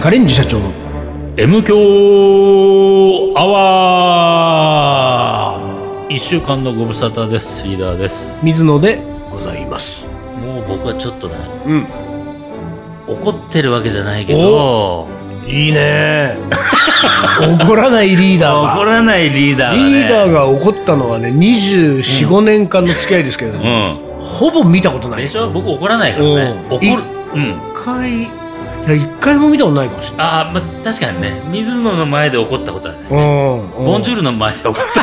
カレンジ社長の M 強アワー一週間のご無沙汰ですリーダーです水野でございますもう僕はちょっとねうん怒ってるわけじゃないけどいいね怒らないリーダー怒がらないリーダーがねリーダーが怒ったのはね245、年間の付き合いですけど、ねほぼ見たことうんないで一しょ僕怒らないからねうん怒るうん回いや一回も見たことないかもしれないあー、まあ確かにね水野の前で怒ったことはないうんうんボンジュールの前で怒った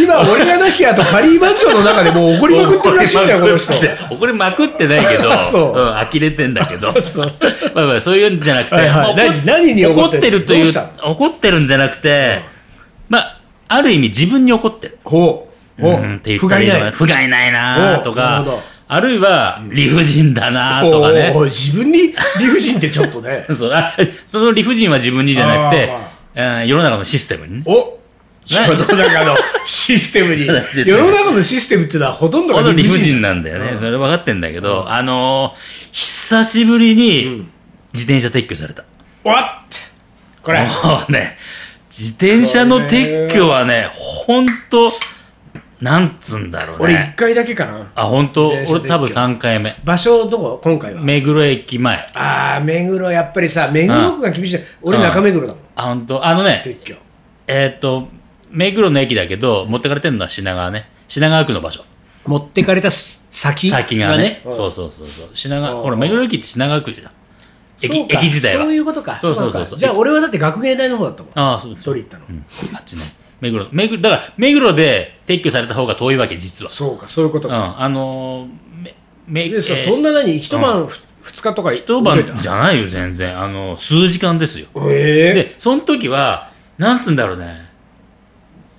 今俺がなきゃとカリー番長の中でもう怒りまくってるらしいんだよこの 人怒りまくって怒りまくってないけ どそううん、呆れてんだけど そう まあまあそういうんじゃなくて、はいはいまあ怒っ何何に怒ってる怒ってるといどううした怒ってるんじゃなくて、まあある意味自分に怒ってるほうほううんって言ったらいいのかな不甲斐ないなとおうなるほどかあるいは理不尽だなとかねおー自分に理不尽ってちょっと ねそうあその理不尽は自分にじゃなくてあー、うん世の中のシステムにねお世の中のシステム にシステム世の中のシステムっていうのはほとんどこがの理不尽なんだようねんそれ分かってんだけどあのー久しぶりに自転車撤去されたわっこれもうね、自転車の撤去はね、ほんと、なんつうんだろう俺1ね。回だけかなあ、ほんと、自転車俺撤去多分3回目。場所どこ今回は目黒駅前。ああ目黒やっぱりさ目黒区が厳しい俺うん中目黒だもんあ、ほんと、あのね、撤去えーっと、目黒の駅だけど、持ってかれてんのは品川ね。品川区の場所。持ってかれた先先がね。うんそうそうそうそう。品う川、んほら、目黒駅って品川区じゃん。駅そうか駅時代はそういうことかそうそうそうなのかそうじゃあ俺はだって学芸大の方だったもんああ、そう一そう。人行ったのうんあっちね。目黒、目黒、だから、目黒で撤去された方が遠いわけ、実は。そうかそういうこうとん。かあのー、め、め、でさえーそんな何一晩ふ二日とか一打て晩たじゃないよ全然あの数時間ですよええでその時はなんつうんだろうね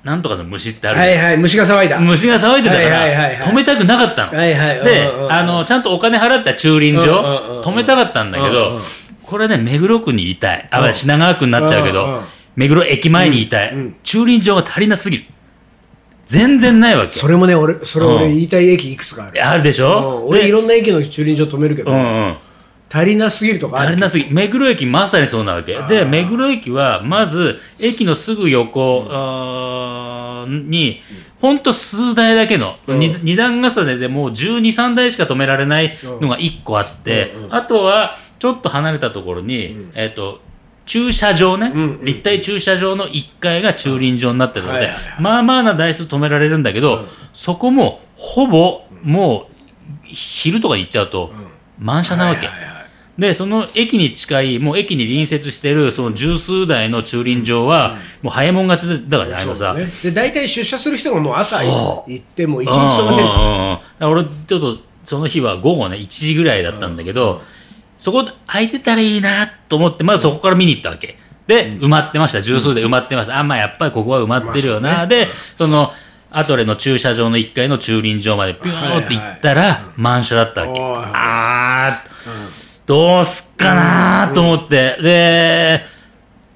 なんとかの虫ってあるじはゃんいはい虫が騒いだ虫が騒いでたはかいはいはいらはい止めたくなかったの、はいはいで、うんうんうんあのちゃんとお金払った駐輪場、うんうんうん止めたかったんだけど、うんうんこれね目黒区にいたいあ、うん品川区になっちゃうけど、うんうん目黒駅前にいたい、うんうん駐輪場が足りなすぎる全然ないわけそれもね俺それ俺言いたい駅いくつかあるあるでしょ、うん俺いでろんな駅の駐輪場止めるけうどんうん足りなすぎるとかあ足るりなすぎ目黒駅まさにそうなわけあーで目黒駅はまず駅のすぐ横、あーにほんと数台だけの、うんに二段重ねでもう1 2 3台しか止められないのが1個あって、うんうんあとはちょっと離れたところに、えっと駐車場ね、うんうん立体駐車場の1階が駐輪場になってるので、はいはいはまあまあな台数止められるんだけど、そこもほぼもう昼とかに行っちゃうと満車なわけ、はいはいはいでその駅に近いもう駅に隣接してるその十数台の駐輪場は、もう早いもん勝ちだからねあのそさうねで大体出社する人がもう朝そ行ってもううん一う日止めてるからんうんだから俺ちょっとその日は午後ね1時ぐらいだったんだけど、そこ空いてたらいいなと思ってまずそこから見に行ったわけで、埋まってました十数で埋まってました、あまあやっぱりここは埋まってるよな、まあそうでそのアトレの駐車場の1階の駐輪場までピューンって行ったら、満車だったわけ、おいあー、どうすっかなーと思って、で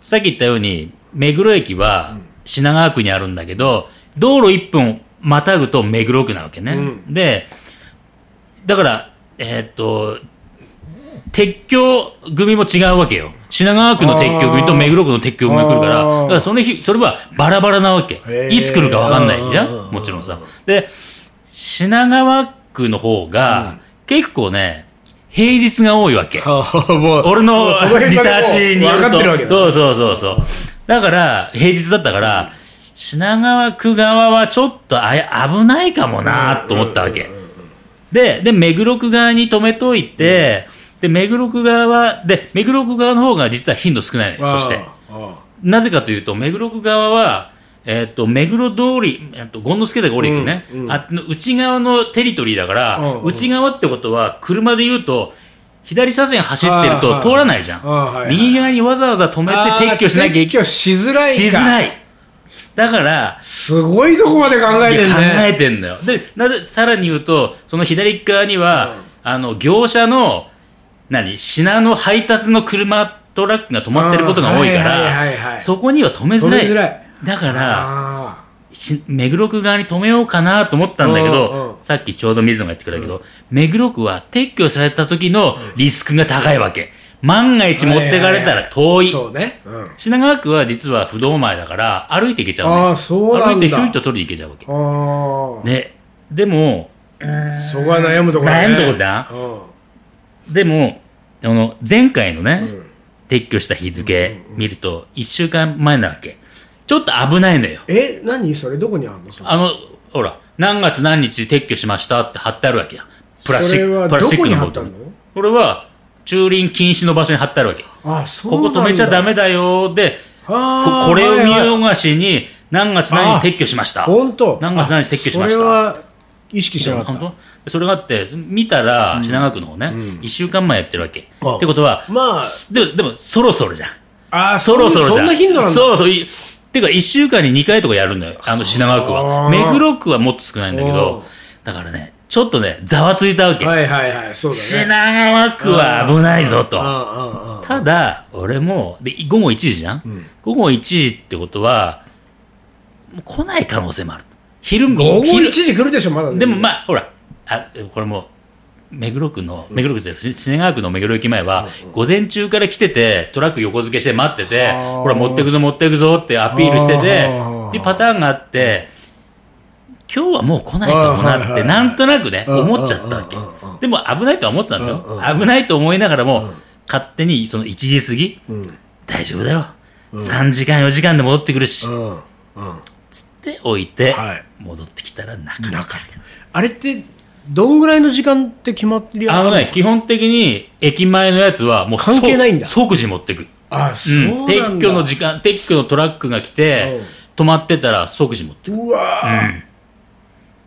さっき言ったように目黒駅は品川区にあるんだけど道路1分またぐと目黒区なわけね、うでだからえーっと撤去組も違うわけよ品川区の撤去組と目黒区の撤去組が来るからあーだからその日それはバラバラなわけへーいつ来るか分かんないじゃうんんもちろんさで品川区の方が結構ね平日が多いわけもう俺のもうそ辺リサまでもうーチによ分るとかってるわけだそうそうそうそうだから平日だったから品川区側はちょっとあや危ないかもなと思ったわけでで目黒区側に止めといて、で目黒区側はで目黒区側の方が実は頻度少ないのよそしてあなぜかというと目黒区側はえー、と目黒通り、えー、と権之助で降りてね、うんうんあの内側のテリトリーだから、うんうん内側ってことは車で言うと左車線走ってるあーと通らないじゃん、ああはいはい右側にわざわざ止めあて撤去しなきゃい撤去しづらいかしづらいだからすごいとこまで考えてんね考えてんだよでなぜさらに言うとその左側には、うんあの業者の何品の配達の車トラックが止まってることが多いかうんはいはいはいはらいそこには止めづらい止めづらいだからあし目黒区側に止めようかなと思ったんだけうんどうんさっきちょうど水野が言ってくれたけど、目黒区は撤去された時のリスクが高いわけ万が一持ってかれたら遠い。そうね。うん。品川区は実は不動前だから歩いて行けちゃうあねあ、。そうな歩いんてだ。ひょいと取りに行けちゃうわああ、け。ね。でも、そこは悩むところ悩むとこじゃんでも、あの、前回のね、うん。撤去した日付見ると、1週間前なわけ。ちょっと危ないのよ。え、何それどこにあるのそれあの、ほら、何月何日撤去しましたって貼ってあるわけや。プラスチそれッはク、プラスチックのどこ方に貼とってあるの。これは、駐輪禁止の場所に貼ってあるわけ。こあ、そうこなんだ。止めちゃダメだよで、こあー。これを見はいはい逃しに、何月何日撤去しました。本当。何月何日撤去しましあそたれは意識してなかった。本当それがあって、見たら、品川区の方ね、一1週間前やってるわけ。ってああことは、まあすでも、でも、そろそろじゃん。あーそろそろじゃん。そんな頻度なんだ。そうそう。いてか、1週間に2回とかやるのよ。あの、品川区あは。ー目黒区はもっと少ないんだけど、だからね、ちょっとね、ざわついたわけ。はいはいはい、そうだ品ね。川区は危ないぞと。あーあーあーただ、俺も、で、午後1時じゃん、午後1時ってことは、もう来ない可能性もある。昼、午後昼1時来るでしょ、まだね。でもまあ、ほら、あこれも、目黒区の、目黒区です、品川区の目黒駅前は、午前中から来てて、トラック横付けして待ってて、はあほら、持ってくぞ、持ってくぞってアピールしててはあはあは、あで、パターンがあって、今日はもう来ないかもはいはいはいなって、はいなんとなくね、うん思っちゃったわけうんうんうんうん。でも危ないとは思ってたんだようんうんう。危ないと思いながらも、勝手にその1時過ぎ、うん。うん。大丈夫だよ。3時間、4時間で戻ってくるし、うん。うん。つって置いてはい、戻ってきたらなかったなかったあれって、どんぐらいの時間って決まってるあやのね、基本的に駅前のやつはもう関係ないんだ即時持ってく。あ、うそんうなんだ。撤去の時間、撤去のトラックが来て、止まってたら即時持ってく。うわー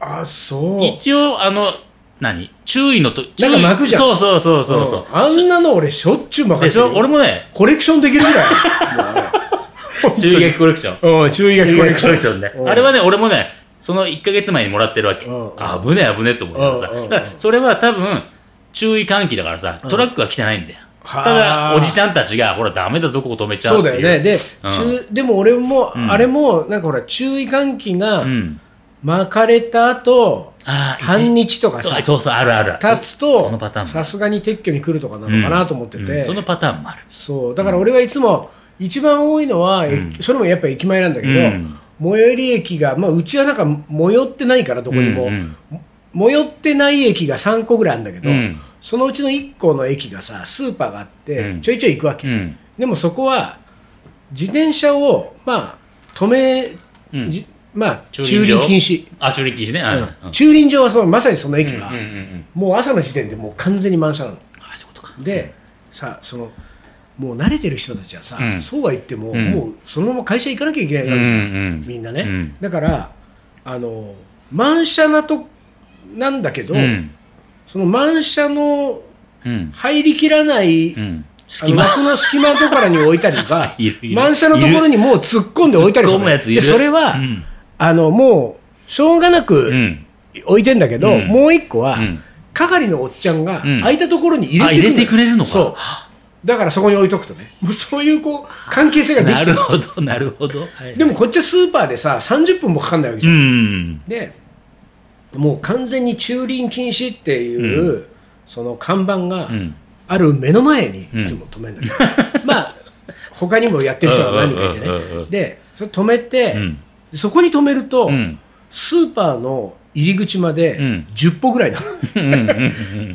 あ、そう。一応、あの、何注意のと、注な意んか巻くじゃんそうそうそうそうそううんあんなの俺しょっちゅう任せてる。でしょ俺もね、コレクションできるぐらい。もう 注意書きコレクション。うん、注意書きコレクション。ねう。んあれはね、俺もね、その1ヶ月前にもらってるわけ。うんあ危ねえ、危ねえと思いながらさ。うんうんうだんから、それは多分、注意喚起だからさ、トラックは来てないんだよ。はあただ、おじちゃんたちが、ほら、ダメだぞ、ここ止めちゃそううってだいよね。う。で、うん中でも俺も、んあれも、なんかほら、注意喚起がうん。巻かれた後、ああ、半日とかそさう、そうそう、あるある。経つそとそのパターン、もあさるすがに撤去に来るとかなのかなと思ってうんうんてそ、のパターンもある。そう、だから俺はいつも、一番多いのは、んそれもやっぱ駅前なんだけうんど、最寄り駅が、まあ、うちはなんか、最寄ってないから、どこにもうんう。ん最寄ってない駅が3個ぐらいあるんだけど、うんそのうちの1個の駅がさスーパーがあってうんちょいちょい行くわけ、うんでもそこは自転車をまあ止め、うんじまあ駐駐輪場輪禁止、あ、駐輪禁止ね。うんうん駐輪場はそのまさにその駅が、うんうんうん。もう朝の時点でもう完全に満車なのあ、そういうことか。でさそのもう慣れてる人たちはさ、うんそうは言っても、んもうそのまま会社行かなきゃいけないうんわうけですよ、ん。みんなね、うんだからあの満車なとなんだけど、うん。その満車のうん。入りきらない、うん。あの隙間。枠の隙間とかに置いたりとか いるいる満車のところにもう突っ込んで置いたりす突っ込むやついるでそれは、うんあのもうしょうがなうくん。置いてんだけど、うんもう一個は、うん係のおっちゃんがうん空いたところに入れあ、てくる,、入れてくれるのか。そうだからそこに置いとくとねもうそういうこう関係性ができなてるるほど、 なるほど。はいでもこっちはスーパーでさ30分もかかんないわけじうゃん、ん。でもう完全に駐輪禁止っていう、その看板が、うん。ある目の前にいつも止めるんだけど、まあ他にもやってる人が何人かいてうんうんうんうねんでそれ止めて、うんそこに止めると、うんスーパーの入り口までうん10歩ぐらいだ、うんうんうん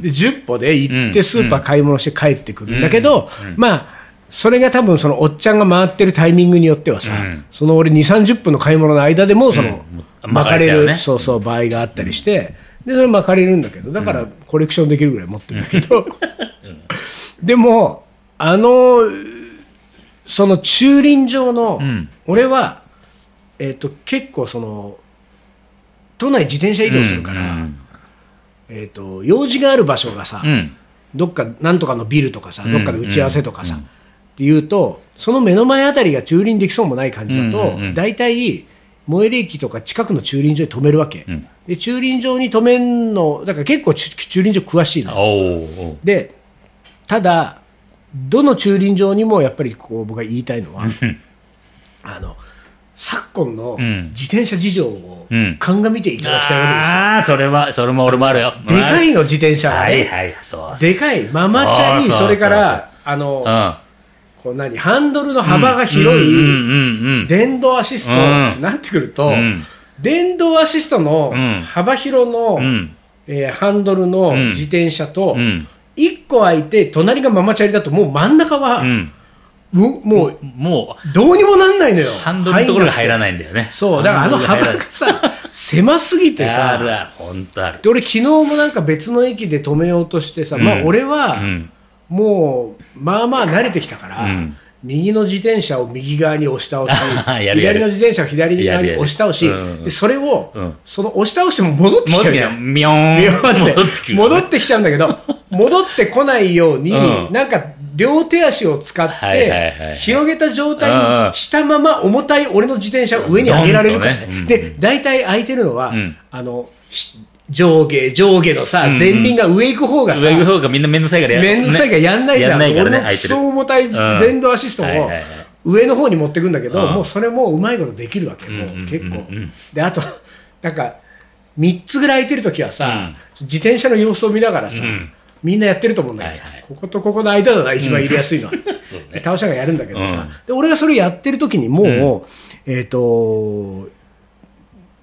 で10歩で行っうてんスーパー買い物して帰ってくるんだけど、まあそれが多分そのおっちゃんが回ってるタイミングによってはさ、うんその俺2 3 0分の買い物の間でもその、うん巻かれ巻かれちゃるうねそうそう場合があったりして、でそれ巻かれるんだけどだからコレクションできるぐらい持ってるんだけど、 でもあのその駐輪場の、うん俺は、えっと結構その都内自転車移動するから、うんえっと用事がある場所がさ、うん。どっかなんとかのビルとかさ、んどっかで打ち合わせとかさ、っていうと、その目の前あたりが駐輪できそうもない感じだうとんうんう、ん大体、最寄り駅とか近くの駐輪場に止めるわけ、んで駐輪場に止めんの、だから結構ちゅ駐輪場詳しいの。おーおー。で、ただ、どの駐輪場にもやっぱりこう僕が言いたいのは、あの昨今のうん自転車事情をうん鑑みていただきたいわああ、それは、それも俺もあるよ。けですよ。でかいの自転車がね、はいはい、そうそうでかいママチャそうリ、そうそれかそうらあの、うんこう何ハンドルの幅が広うんいうんうん電動アシストうんになってくると、うん電動アシストのうん幅広の、うんえーハンドルのうん自転車とうんうん一個空いて隣がママチャリだともう真ん中は、うんうもうもどうにもなんないのようハンドルのところが入らいないんだよねそうだからあのハン幅ドルがさ狭すぎてが入らないあさるある本当あるで俺昨日もなんか別の駅で止めようとしてさ、まあうん俺はうんもうまあまあ慣れてきたから、うん右の自転車を右側に押し倒し やるや左るの自転車を左側に押し倒しやるやるうんでそれを、うんその押し倒しても戻ってき戻っちゃうてきじゃたん。ビヨーンビヨーンって戻ってきる戻ってきちゃうんだけ ど戻ってこないように、うんなんか両手足を使って、はいはいはい広げた状うんう態んにしたまま重たい俺の自転車を上に上げられるからねドンとねうんで大体空いてるのは、うんあのし上下上下のさ、んうん前輪が上行く方がさ上の方がみんな面倒くさいからや面倒くさいからやんないじゃん、ねやんないから俺のね空クいてるソ重たいん電動アシストをはいはいはい上の方に持ってくんだけど、うんもうそれもうまいことできるわけ、んうんうんもううん結構。であと なんか3つぐらい空いてる時はさ、自転車の様子を見ながらさ、うんみんなやってると思うんだけど、はいはいこことここの間だな一番入れやすいのは、 そうねで倒しながらやるんだけどさ、うんで俺がそれやってる時にもう、えっ、と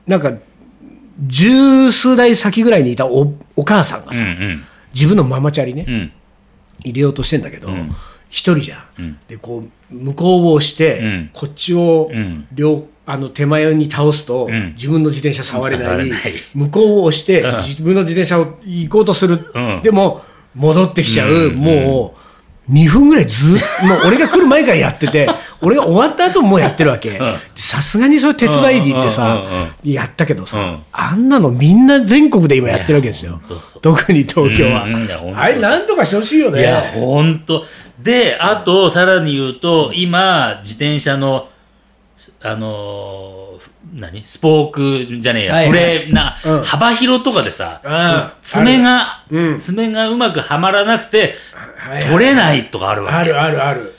なんか十数台先ぐらいにいたおお母さんがうさ、ん自分のママチャリね、うんうん入れようとしてんだけど、ん一人じゃん、うんでこう向こうを押して、うんこっちをうん両、あの手前に倒すと、ん自分の自転車触れない触れない向こうを押して、うん自分の自転車を行こうとする、うんでも戻ってきちゃう、うんもう。2分ぐらいずっと、もう俺が来る前からやって て、俺が終わった後もやってるわけ。でさすがにそれ手伝いに行ってさうんうんうん、やったけどさ、うんあんなのみんな全国で今やってるわけですよいやほんとそ。う特に東京は。うんうんいやほんとあれなんとかしてほしいよいやね。本当であとさらに言うと今自転車のあのーふ何スポークじゃねえや、はいこはいれな、うん幅広とかでさ、うん爪が、るうん爪がうまくはまらなくて、はい取れないとかあるわけあるあるある。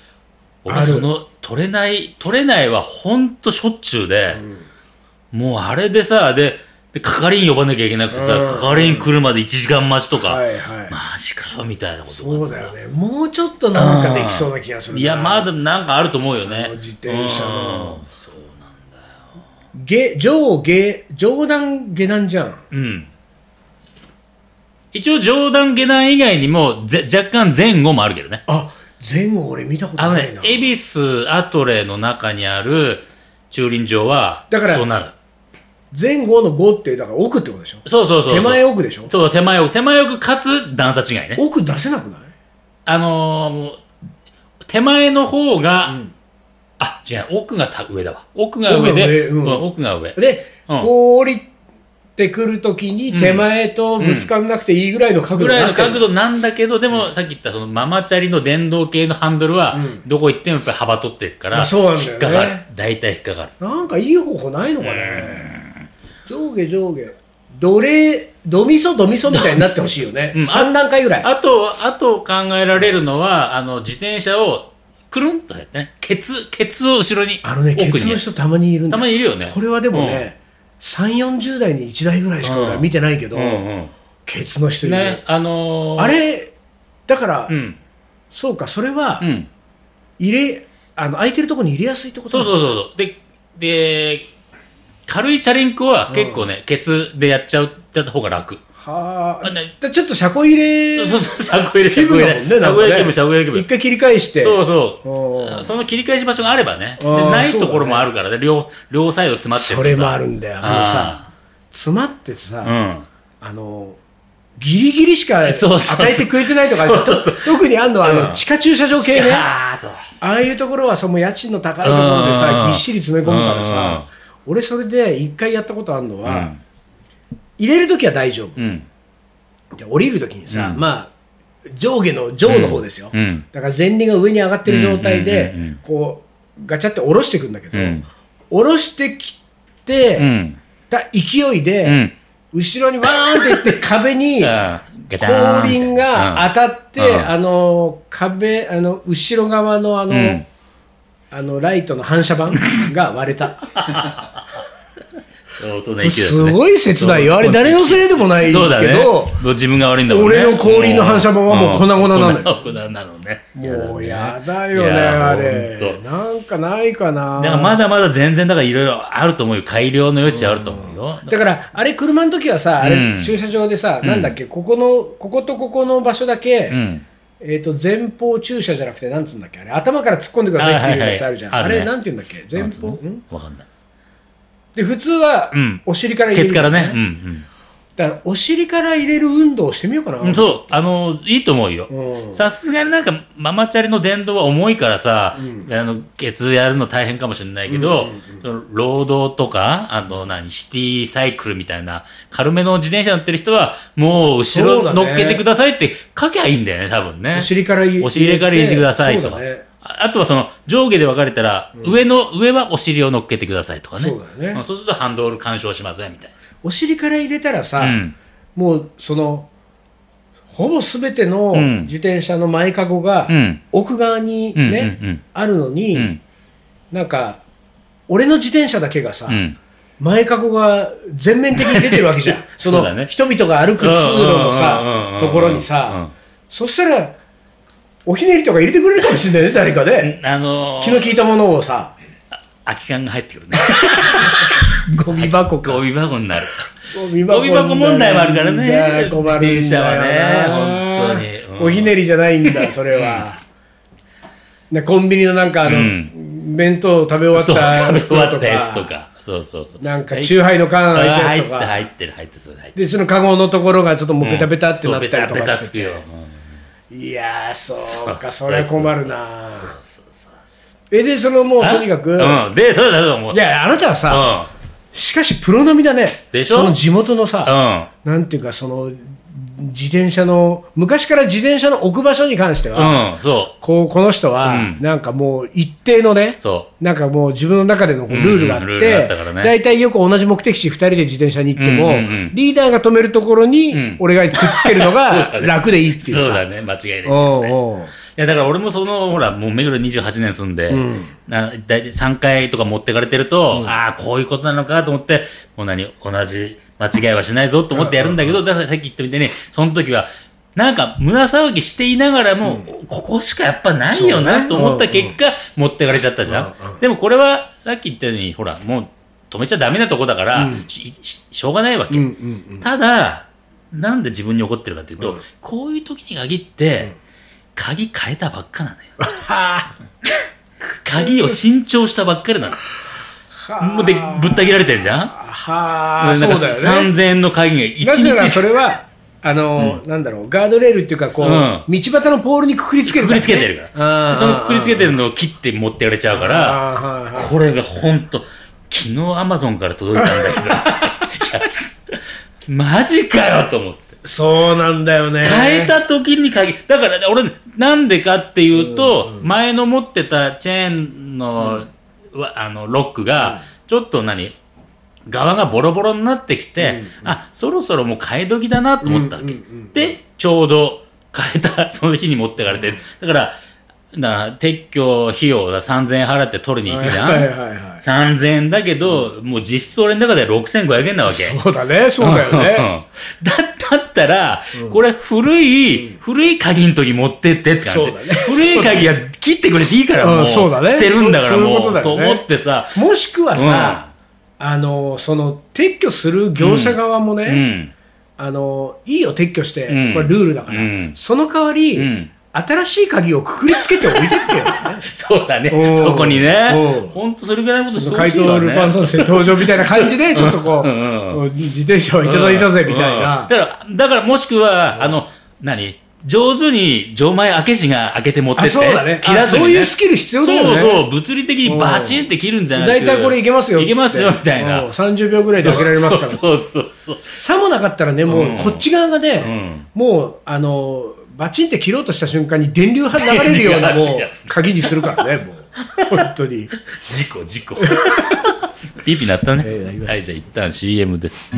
俺あるその取れない取れないはほんとしょっちゅうで、もうあれでさでで係員呼ばなきゃいけなくてさ、うん係員来るまで1時間待ちとか、はいはい。マジかよみたいなことそがうさだよね。もうちょっとなんかできそうな気がするな。いやまだなんかあると思うよねあの自転車のうんそうなん下、上下、上段下段じゃん。うん一応上段下段以外にもぜ若干前後もあるけどねあ、前後俺見たことあのなねいな。恵比寿アトレの中にある駐輪場はだからそうなる前後の5って、だから奥ってことでしょそうそうそうそう手前奥でしょそう、手前奥。手前奥かつ段差違いね。奥出せなくないあのーもう、手前の方が、うんあ、違う、奥がた上だわ。奥が上で、奥が上うんうん奥が上。で、うんこう降りてくるときに手前とぶつかんなくていいぐらいの角ぐ度にらいなのってる角度なんだけど、でも、さっき言ったそのママチャリの電動系のハンドルは、うんどこ行ってもやっぱり幅取ってるから、あそうなんだよね引っかかる。大体引っかかる。なんかいい方法ないのかね上下上下奴隷ドミソドミソみたいになってほしいよね、 うんあ3段階ぐらいあと、あと考えられるのは、あの、自転車を、くるんとやってね。ケツ、ケツを後ろに。あのねケ奥ツにの人たまにいるんだたまにいるよね。これはでもね、3 4 0代に1台ぐらいしか俺は見てないけど、うん、うんうんケツの人いる、ね、あのーあれだから、うん。そうかそれはうん。入れあの空いてるとこに入れやすいってことそうそうそうそう。で、で、軽いチャリンコは結構ね、ケツでやっちゃう、やった方が楽。はああねだちょっと車庫入れそうそう、車庫入れ、気車庫分入だもんねれ。な車ん庫入かれ気ね分、車庫入れ気一分。回切り返してそうそう。おーその切り返し場所があればね、であーないところもあるからね、両両サイド詰まってるそれもあるるんだよあのさ詰まってさ、うん。あのギリギリしかそうそうそう与えてくれてないとかそうそうと特にあんのはあの、うん地下駐車場系ねあああ、そう。あいうところはその家賃の高いところでうんうんさうんぎっしり詰め込むからさ、俺それで一回やったことあるのうは、ん。入れるときは大丈夫うん。で降りるときにさ、うんまあ上下の上の方ですよ、うん。だから前輪が上に上がってる状態で、うんうんうんうんこうガチャって下ろしていくんだけど、うん下ろしてきて、うん。た勢いで、うん。後ろにバーンっていって壁にあーガチャーン後輪が当たって、うんうんあの壁あの後ろ側のあの,、うん あのライトの反射板が割れた大人勢すごい切ないよあれ誰のせいでもないけどそうだね自分が悪いんだもんね俺の氷の反射板はもう粉々なのようん粉々なのねもうやだよねいやあれほんとなんかないかなだからまだまだ全然だからいろいろあると思うよ改良の余地あると思うよだからあれ車の時はさあれうん駐車場でさ、なんだっけここのこことここの場所だけ、うんえー、と前方駐車じゃなくてなんつうんだっけあれ頭から突っ込んでくださいっていうやつあるじゃん、あはいはいああれるねなんて言うんだっけ前方んわかんないで普通はうんお尻から入れケるツじゃからん、ねうんだからお尻から入れる運動をしてみようかな、うんそうあのいいと思うようんさすがになんかママチャリの電動は重いからさ、あのケツやるの大変かもしれないけど、労働とかあの何シティサイクルみたいな軽めの自転車乗ってる人はもう後そうろだね乗っけてくださいって書きゃいいんだよね多分ねお尻から入れお尻から入れてくださいとそか、うだねああとはその上下で分かれたら、上の上はお尻を乗っけてくださいとかねそうだねんそうするとハンドル干渉しませんみたいお尻から入れたらさ、な、うんもうそのほぼすべてのうん自転車の前かごがうん奥側にうんね、うんうんあるのに、うんなんか俺の自転車だけがさ、うん前かごが全面的に出てるわけじゃんその そうだね人々が歩く通路のうんうんうんうんうんうさんところにさ、そしたらおひねりとか入れてくれるかもしれないね誰かねあのー気の利いたものをさ空き缶が入ってくるね ゴミ箱かゴミ箱になる。ゴミゴミ箱問題もあるからねじゃあ困るんだよな自転車はね本当にうんおひねりじゃないんだそれは、なコンビニのなんかあの、うん弁当食べそ終う、わった食べ終袋わとったやつとかか。そうそうそう。なんかチューハイの缶開いたやつとかあー入ってる、入ってる、入ってる、それ入ってでそのカゴのところがちょっともうる。ペタペタってなったりそとうペタペかタつしくてよ。いやーそうかそそうれは困るなそうそうそうそう。えでそのもうとにかく、うん。で、そうだと思う。いやあなたはさ、しかしプロ並みだねでしょその地元のさ、うなんていうかその自転車の昔から自転車の置く場所に関しては、ん。うん。うん。そこうこの人は、うんなんかもう一定のねう。、そなんかもう自分の中でのこうルールがあって、うんうんルールがあったからね大体よく同じ目的地2人で自転車に行っても、うんうんうんリーダーが止めるところにうん俺がくっつけるの そうがだね楽でいいっう。ていそううさ。だね。間違いないですおね。うおういやだから俺もそのほらもう目黒28年住んで、うんな大体3回とか持ってかれてると、ああこういうことなのかと思ってもう何同じ間違いはしないぞと思ってやるんだけど、だからさっき言ったみたいにその時はなんか胸騒ぎしていながらも、ここしかやっぱないよそうなねと思った結果、持ってかれちゃったじゃん、うんうんでもこれはさっき言ったようにほらもう止めちゃダメなとこだから、しししょうがないわけ、うんうんただなんで自分に怒ってるかというと、うんこういう時に限って、鍵変えたばっかなのよ 鍵を新調したばっかりなのうん。もうでぶった切られてんじゃんはあ、なそんうかだよね。 3000円の鍵が一なぜなら日それは、あの、なんだろう、ガードレールっていうか、こう、うん道端のポールにくくりつけくるくからりね、つけてるかうんうんうらんそのくくりつけてるのを切って持ってかれちゃうからあーはいはいこれが本当昨日アマゾンから届いたんだけどやつマジかよと思って。そうなんだよね。変えた時に限だから俺なんでかっていうと、前の持ってたチェーンの,わ、あのロックがちょっと何側がボロボロになってきて、あそろそろもう替え時だなと思ったわけ、うんうんうんでちょうど変えたその日に持ってかれてるだからな撤去費用だ3000円払って取りに行くじゃん、はいはいはい。 3000円だけど、もう実質俺の中では6500円なわけそうだね、そうだよね。うんだ だったら、これ古い、古い鍵の時持ってってって感じ。そうだね古い鍵は切ってくれていいからうんもう、そうだね捨てるんだからそうもそういうことだとよね思ってさ、もしくはさ、あの、その、撤去する業者側もね、うん、あの、いいよ、撤去して、うんこれルールだから、うんその代わり、うん新しい鍵をくくりつけておいてってよ、そうだねお、うそこにおねう、本当それぐらいのことそのしてほ怪しいわ盗ルパンね。三世登場みたいな感じで、ちょっとこう、うん自転車をいただいたぜ、みたいうんな。だから、だからもしくは、あの、何上手に錠前明けしが開けて持ってっあて、そうだね切らずに、あそういうスキル必要だよねそうそう、物理的にバチンって切るんじゃなくだいたいこれいけますよ。いけますよ、つみってたいなうん。30秒ぐらいで開けられますから。そうそうそうそう。さもなかったらね、もう、うんこっち側がね、もう、あの、バチンって切ろうとした瞬間に電流波流れるような、もう電流波、鍵にするからね、 もう。本当に。事故、事故。ピーピーなったね。ええなりましたはい、じゃあ一旦 CM です。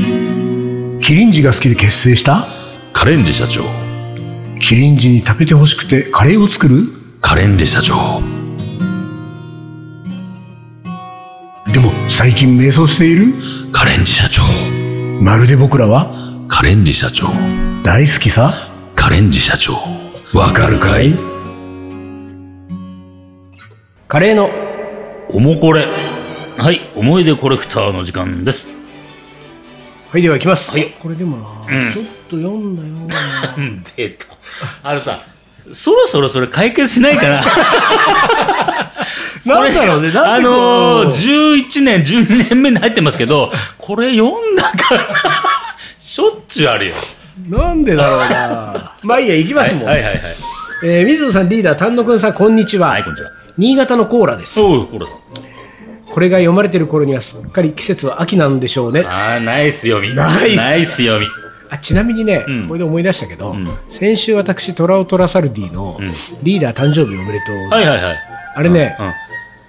キリンジが好きで結成したカレンジ社長キリンジに食べてほしくてカレーを作るカレンジ社長でも、最近迷走しているカレンジ社長まるで僕らはカレンジ社長大好きさカレンジ社長わかるかいカレーのおもこれはい思い出コレクターの時間ですはいではいきます、これでもな、ちょっと読んだようん出たあのさそろそろそれ解決しないから なんだろうねなあんでこうのー、11年、12年目に入ってますけど、これ読んだから、 しょっちゅうあるよ。なんでだろうなまあいいや行きますもん、はいはいはい。えー水野さんリーダー丹野くんさんこんにちは、はい、こんにちは。新潟のコーラですおう、コロさん。これが読まれてる頃にはすっかり季節は秋なんでしょうねあー、ナイス読み。ナイスナイス読み。あちなみにね、うんこれで思い出したけど、ん先週私トラオトラサルディのうんリーダー誕生日おめでとう、はいはいはい。あれね、うん。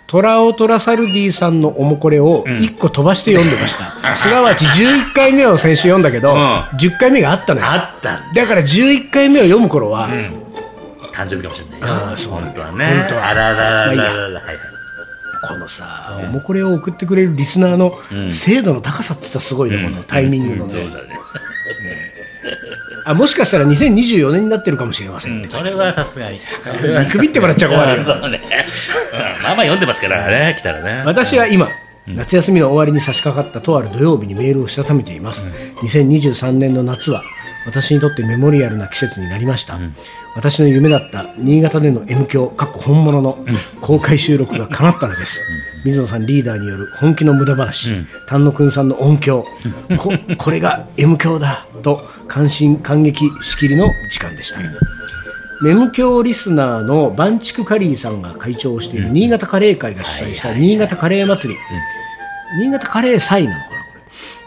トラオトラサルディさんのおもこれをん1個飛ばして読んで ました、すなわち11回目を先週読んだけど、うん10回目があったのよあったんだ。だから11回目を読む頃は、うん。誕生日かもしれないよ。あーそう本当はね。本当はあららららまあいらいらら。はいはい。このさ、おもこれを送ってくれるリスナーのうん精度の高さっつったらすごいね、このタイミングのうんね、そうだね。あもしかしたら2024年になってるかもしれません、うんそれはさすがに。それはさすが首にってもらっちゃ困るよそうね。うんまあまあ読んでますからね、来たらね。私は今、夏休みの終わりに差し掛かったとある土曜日にメールをしたためています、2023年の夏は私にとってメモリアルな季節になりました、私の夢だった新潟での M 響かっこ本物の公開収録が叶ったのです、水野さんリーダーによる本気の無駄話、丹野くんさんの音響、ここれが M 響だと感心感激しきりの時間でした、メム教リスナーの番地区カリーさんが会長をしている新潟カレー会が主催した新潟カレー祭り、新潟カレー祭なのかなこれ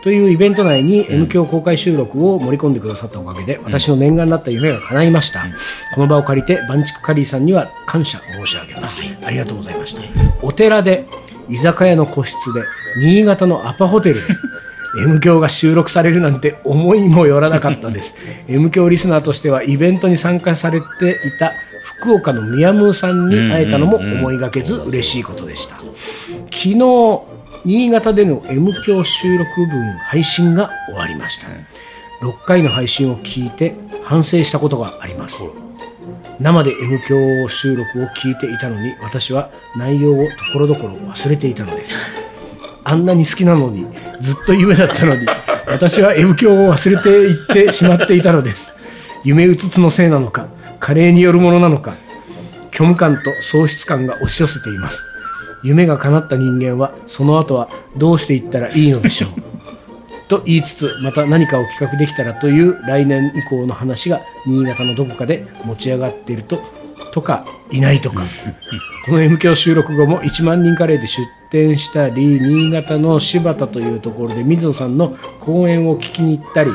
というイベント内に M 教公開収録を盛り込んでくださったおかげで私の念願だった夢が叶いました、この場を借りて番地区カリーさんには感謝申し上げますありがとうございましたお寺で居酒屋の個室で新潟のアパホ テルで M 教が収録されるなんて思いもよらなかったです M 教リスナーとしてはイベントに参加されていた福岡のミヤムーさんに会えたのも思いがけず嬉しいことでした昨日新潟での M 教収録分配信が終わりました6回の配信を聞いて反省したことがあります生で M 教収録を聞いていたのに私は内容をところどころ忘れていたのですあんなに好きなのにずっと夢だったのに私は M 教を忘れていってしまっていたのです夢うつつのせいなのか加齢によるものなのか虚無感と喪失感が押し寄せています夢が叶った人間はその後はどうしていったらいいのでしょうと言いつつまた何かを企画できたらという来年以降の話が新潟のどこかで持ち上がっているととかいないとかこの M 響収録後も1万人カレーで出店したり新潟の柴田というところで水野さんの講演を聞きに行ったり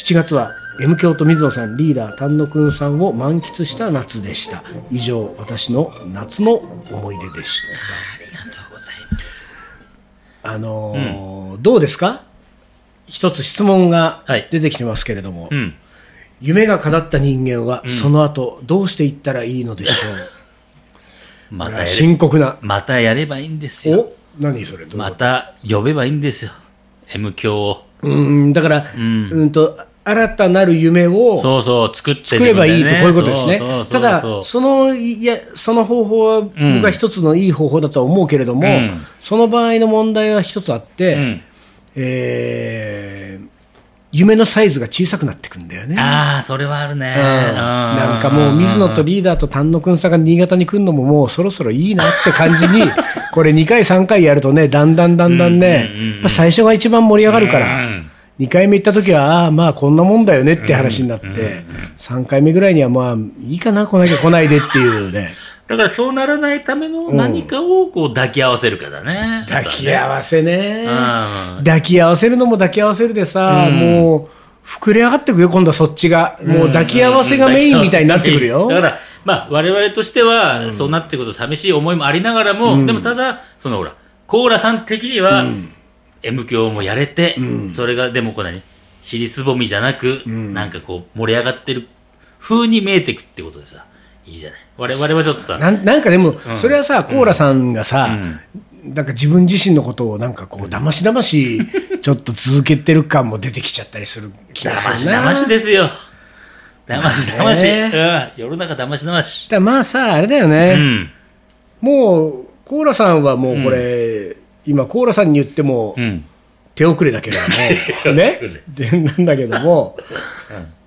7月は M 響と水野さんリーダー丹野くんさんを満喫した夏でした以上私の夏の思い出でしありがとうございます。たあのーどうですか一つ質問がはい出てきてますけれども、うん。夢が叶った人間はその後どうしていったらいいのでし ょう、まこれたはやれ深刻なまたやればいいんですよ。お何それどういうことまた呼べばいいんですよ。M 教を。うーんだから、うんん、と新たなる夢をそうそう、作って作ればいいと、こういうことですね。たただだ、そのいやその方法は僕は一つのいい方法だとは思うけれども、うんその場合の問題は一つあって、うんえー夢のサイズが小さくなってくんだよね。ああ、それはあるね。うんなんかもう水野とリーダーと丹野くんさんが新潟に来るのももうそろそろいいなって感じ にこれ2回3回やるとねだんだんだんだんねうんうんうんうんやっぱ最初が一番盛り上がるからうん2回目行った時はああまあこんなもんだよねって話になって3回目ぐらいにはまあいいかな来なきゃ来ないでっていう ねだからそうならないための何かをこう抱き合わせるかだね。抱き合わせねうん抱き合わせるのも抱き合わせるでさもう膨れ上がってくよ今度はそっちがもう抱き合わせがメインみたいになってくるよ だから、まあ、我々としては、そうなってくると寂しい思いもありながらも、でもただ、そのほら、コーラさん的には、M 響もやれて、それが、でもこう何、尻すぼみじゃなく、なんかこう、盛り上がってる風に見えてくってことでさ、いいじゃない。我々はちょっとさ、なんなんかでも、それはさ、コーラさんがさ、なんか自分自身のことをなんかこうだましだましちょっと続けてる感も出てきちゃったりする気だがすまるしなだましですよ。だましだまし。まあうん世の中だましだまし。だからまあさあれだようね、ん。もうコーラさんはもうこれ、今コーラさんに言ってもうん。手遅れだ けどもねでなんだけども、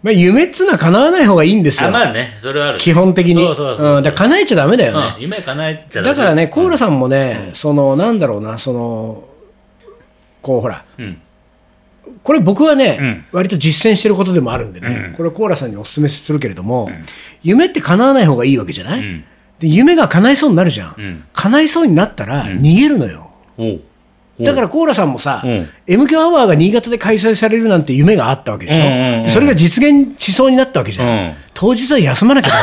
まあ、夢っつうのは叶わない方がいいんですよ、あ、まあね、それはある。基本的にそうそうそう。うん、だから叶えちゃダメだよね、うん夢叶えちゃだからね、コーラささんもね、そのなんだろうな、そのこうほら、ん。うん。これ、僕はね、うん割と実践してることでもあるんでね、これ、コーラさんにお勧めするけれども、夢って叶わない方がいいわけじゃない、うんで夢が叶いそうになるじゃん、うん叶いそうになったら逃げるのよ、おうおうだからコーラさんもさ、うん M 響アワーが新潟で開催されるなんて夢があったわけでしょ、うんうんうんでそれが実現しそうになったわけじゃん、うん当日は休まなきゃダ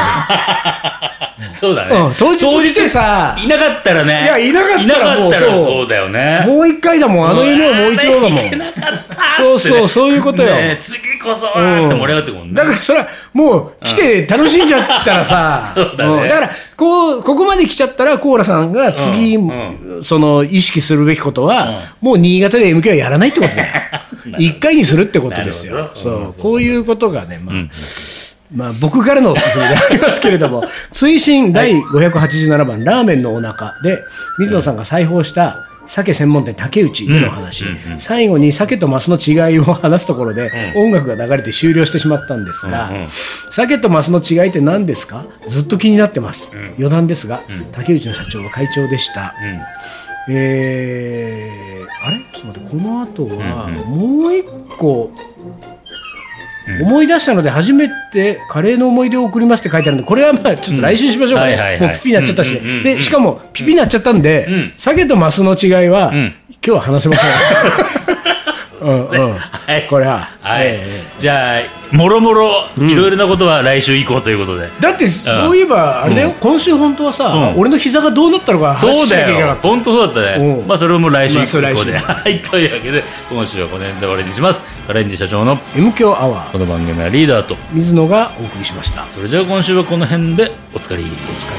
メだよそうだねうん。当日来てさ当日いなかったらね。いやいなかったらもういなかったらそうそうだよね。 もう一回だもん、あの夢をもう一 度だもあれいけん。なかったそうそうっつってねそういうことよねえ次こそはってもらうってことね。だからそれはもう来て楽しんじゃったらさ、 そうだねんからこうここまで来ちゃったらコーラさんが次、うんその意識するべきことは、もう新潟で MK はやらないってこと だよ一回にするってことですなるよほどそううこういうことがね、まあまあ、僕からのおすすめでありますけれ ども推進第587番、ラーメンのお腹で水野さんが裁縫した鮭専門店竹内での話、最後に鮭とマスの違いを話すところで、音楽が流れて終了してしまったんですが、うんうん鮭とマスの違いって何ですかずっと気になってます、余談ですが、竹内の社長は会長でした、えーあれちょっと待ってこの後はもう一個、思い出したので初めてカレーの思い出を送りますって書いてあるんでこれはまあちょっと来週にしましょうかうんはいねはいもはいうピピになっちゃったしうんうんうんうんでしかもピピになっちゃったんでん鮭とマスの違いはん今日は話せま せんうんうんはいこれははい、えじゃあもろもろいろいろなことは来週以降ということで、えだってそういえばあれだよ今週本当はさうん俺の膝がどうなったのかそ話うしなきゃいだけなかよった本当そうだったね、うんまあそれも来週以まあそれ降で、来週はいというわけで今週はこの辺で終わりにしますカレンジ社長の M 強アワーこの番組はリーダーと水野がお送りしましたそれじゃあ今週はこの辺でおつかりおつかり